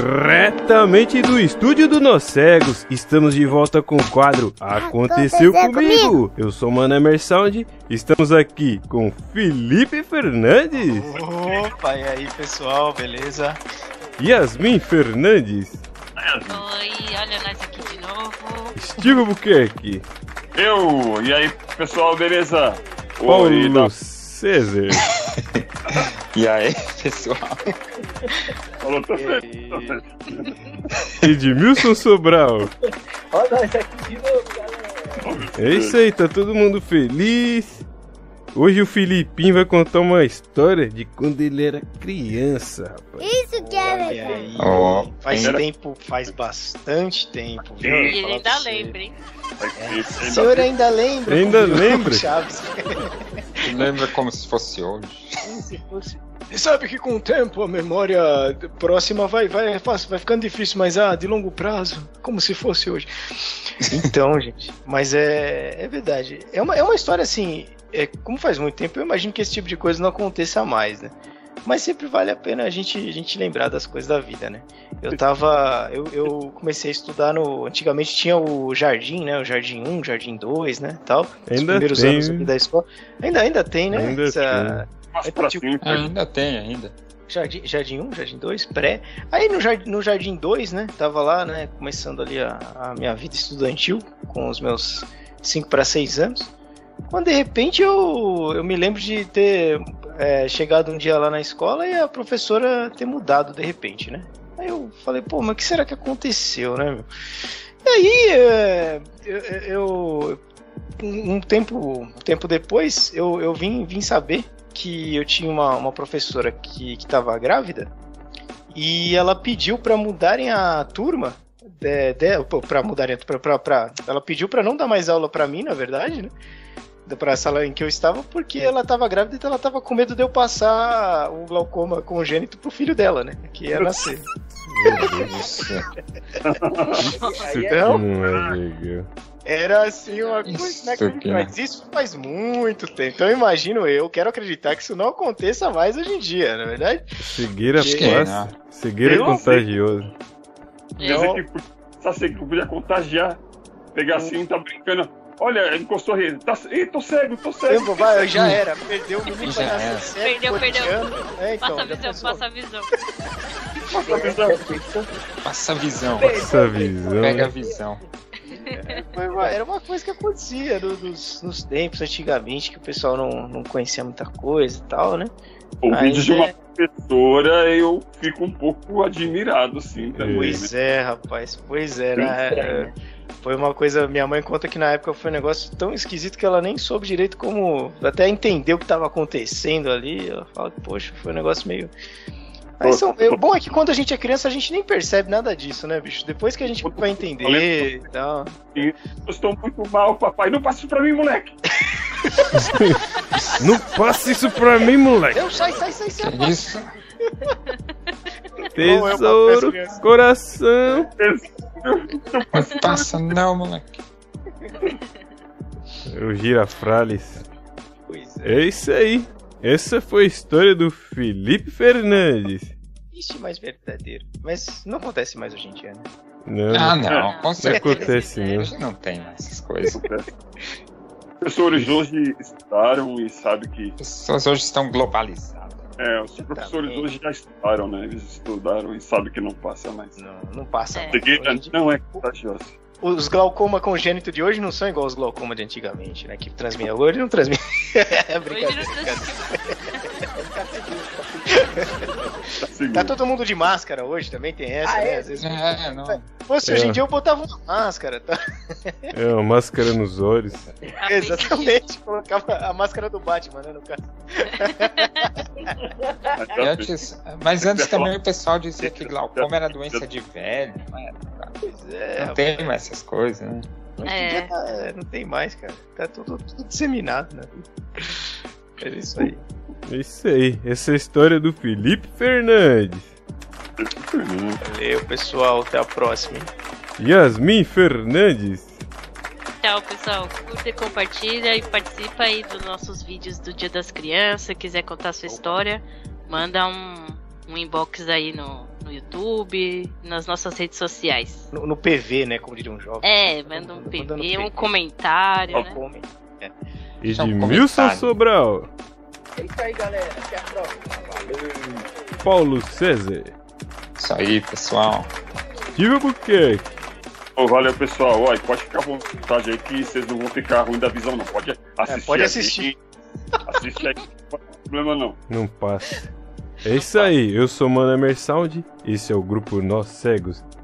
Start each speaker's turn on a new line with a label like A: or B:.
A: Diretamente do estúdio do Nós Cegos, estamos de volta com o quadro Aconteceu,
B: Aconteceu
A: comigo.
B: Comigo.
A: Eu sou o Mano Emersound, estamos aqui com Felipe Fernandes,
C: Opa, e aí pessoal, beleza?
A: Yasmin Fernandes,
D: Oi, olha nós aqui de novo.
A: Steve Buquerque,
E: Eu! E aí, pessoal, beleza? tá Oi,
A: Paulo
E: da-
A: César,
C: E aí, pessoal?
E: Falou, tá certo, tá
C: E-
E: certo.
A: Edmilson Sobral.
F: Olha nós aqui de novo, galera.
A: É isso aí, tá todo mundo feliz. Hoje o Filipinho vai contar uma história de quando ele era criança, rapaz.
B: Isso que é
C: E
B: verdade.
C: aí?
G: Ó,
C: Faz
E: Era-
C: tempo, faz bastante tempo, viu?
E: E Vou
D: E ele ainda lembra, hein?
C: O
E: Esse-
C: É, senhor ainda lembra?
A: Ainda
C: como
A: lembra?
C: Chaves.
G: lembra como se fosse hoje.
C: E sabe que com o tempo a memória próxima vai, vai, vai, vai ficando difícil, mas ah, de longo prazo, como se fosse hoje. Então, gente, mas é, é verdade. É uma, é uma história assim, é, como faz muito tempo, eu imagino que esse tipo de coisa não aconteça mais, né? Mas sempre vale a pena a gente, a gente lembrar das coisas da vida, né? Eu tava. Eu, eu comecei a estudar no. Antigamente tinha o jardim, né? O jardim 1, jardim 2, né? Tal. Os
A: Ainda
C: primeiros
A: tem,
C: anos ali da escola. Ainda, ainda tem, né?
A: Ainda tem.
C: é
E: Mas pra sempre.
G: Ainda tem, ainda.
C: Jardim, jardim 1, Jardim 2, pré. Aí no Jardim, no jardim 2, né? Tava lá, né? Começando ali a, a minha vida estudantil, com os meus 5 para 6 anos. Quando de repente eu, eu me lembro de ter é, chegado um dia lá na escola e a professora ter mudado de repente, né? Aí eu falei, pô, mas o que será que aconteceu, né, meu? E aí, é, eu, eu- um um tempo, um tempo depois, eu, eu vim, vim saber que eu tinha uma, uma professora que estava grávida e ela pediu para mudarem a turma. De, de, pra mudarem pra, pra, pra- ela pediu para não dar mais aula para mim, na verdade, né? Pra sala em que eu estava, porque ela estava grávida, então ela estava com medo de eu passar o glaucoma congênito pro filho dela, né? Que ia nascer.
G: Meu Deus do céu.
F: Aí é
C: Então,
A: Não é legal.
C: Era assim uma
G: Isso
C: coisa inacreditável.
G: aqui, né?
C: Mas isso faz muito tempo. Então imagino eu, quero acreditar que isso não aconteça mais hoje em dia, na é verdade?
A: Cegueira
G: Acho que é,
A: fácil, cegueira
E: Eu não sei.
A: contagiosa.
E: Dizer que po- só sei que eu podia contagiar. Pegar assim, tá brincando. Olha, ele encostou ele. Tá... Ih, tô cego, tô cego.
C: Tempo vai, eu já era. Perdeu o menino
G: Já
C: vai
G: era.
C: nascer certo.
D: Perdeu,
C: cotidiano. É, então,
D: Passa a
C: já
D: visão,
C: pensou?
D: passa a visão.
E: Tá
G: Passa a visão.
A: Essa visão.
G: Pega a
A: né?
G: visão.
C: Foi uma- era uma coisa que acontecia no- nos, nos tempos antigamente, que o pessoal não, não conhecia muita coisa e tal, né?
E: Ouvindo de
C: Aí,
E: uma
C: é.
E: professora, eu fico um pouco admirado, assim, também. né?
C: Pois é, rapaz, pois é. na- é, Foi uma coisa, minha mãe conta que na época foi um negócio tão esquisito que ela nem soube direito como até entender o que estava acontecendo ali. Ela fala que, poxa, foi um negócio meio. Aí são- é, o bom é que quando a gente é criança, a gente nem percebe nada disso, né, bicho? Depois que a gente vai entender e tal.
E: Eu estou muito mal, papai. Não passa isso pra mim, moleque.
A: Não passa isso pra mim, moleque.
C: Eu, sai, sai, sai, sai.
G: Que isso?
C: Não é uma
A: Tesouro,
C: peça
A: coração.
G: Não passa não, moleque.
A: O girafrales.
C: Pois é.
A: É isso aí. Essa foi a história do Felipe Fernandes.
C: Ixi, é mais verdadeiro. Mas não acontece mais hoje em dia, né?
A: Não,
G: Ah,
A: não
G: não. Com certeza.
A: acontece não.
G: Hoje não tem mais essas coisas.
E: é. Professores hoje estudaram e sabe que
G: As pessoas hoje estão globalizadas.
E: É, os
C: Exatamente.
E: professores hoje já estudaram, né? Eles estudaram e sabem que não passa mais.
C: Não, não passa.
D: É.
C: mais.
E: Cegueira
C: Hoje em dia-
E: não é contagiosa.
C: Os glaucoma congênito de hoje não são igual aos glaucoma de antigamente, né? Que transmite. Hoje não transmite. É
D: Hoje
C: brincadeira.
D: não transmitiu.
E: Tá seguro.
C: Tá todo mundo de máscara hoje também, tem essa,
F: Ah,
C: né?
F: é?
C: Às vezes.
G: É, não.
C: Fosse hoje
A: É.
C: em dia eu botava uma máscara, tá?
A: É uma máscara nos olhos.
D: Ah,
C: Exatamente. Colocava a máscara do Batman, né? No caso.
E: Mas
G: E
E: já fez.
G: antes- mas antes também o pessoal dizia que glaucoma era doença de velho. né?
C: Pois é,
G: Não tem mais essas coisas, né?
C: hoje em dia tá- é, não tem mais, cara. Tá tudo, tudo disseminado, né? É isso aí.
A: É isso aí. Essa é a história do Felipe Fernandes.
C: Valeu, pessoal. Até a próxima. hein?
A: Yasmin Fernandes.
D: Tchau, pessoal. Curta, compartilha e participa aí dos nossos vídeos do Dia das Crianças. Quiser contar sua história, manda um, um inbox aí no, no YouTube, nas nossas redes sociais.
C: No, no PV, né? Como diriam os jovens.
D: É, manda um
C: Mandando
D: PV, um
C: PV.
D: comentário,
C: Ó,
D: né?
C: como-
A: Edmilson Sobral,
F: É isso aí, galera. Até a próxima. Valeu.
A: Paulo César,
G: Isso aí, pessoal.
A: Tive Albuquerque,
E: Ô, valeu, pessoal. Ó, e pode ficar à vontade aí que vocês não vão ficar ruim da visão, não. Pode assistir.
C: É, pode
E: aí.
C: assistir.
E: Assiste aí. Não tem problema, não.
A: não passa. É isso aí, eu sou Mano Emersound, esse é o grupo Nós Cegos,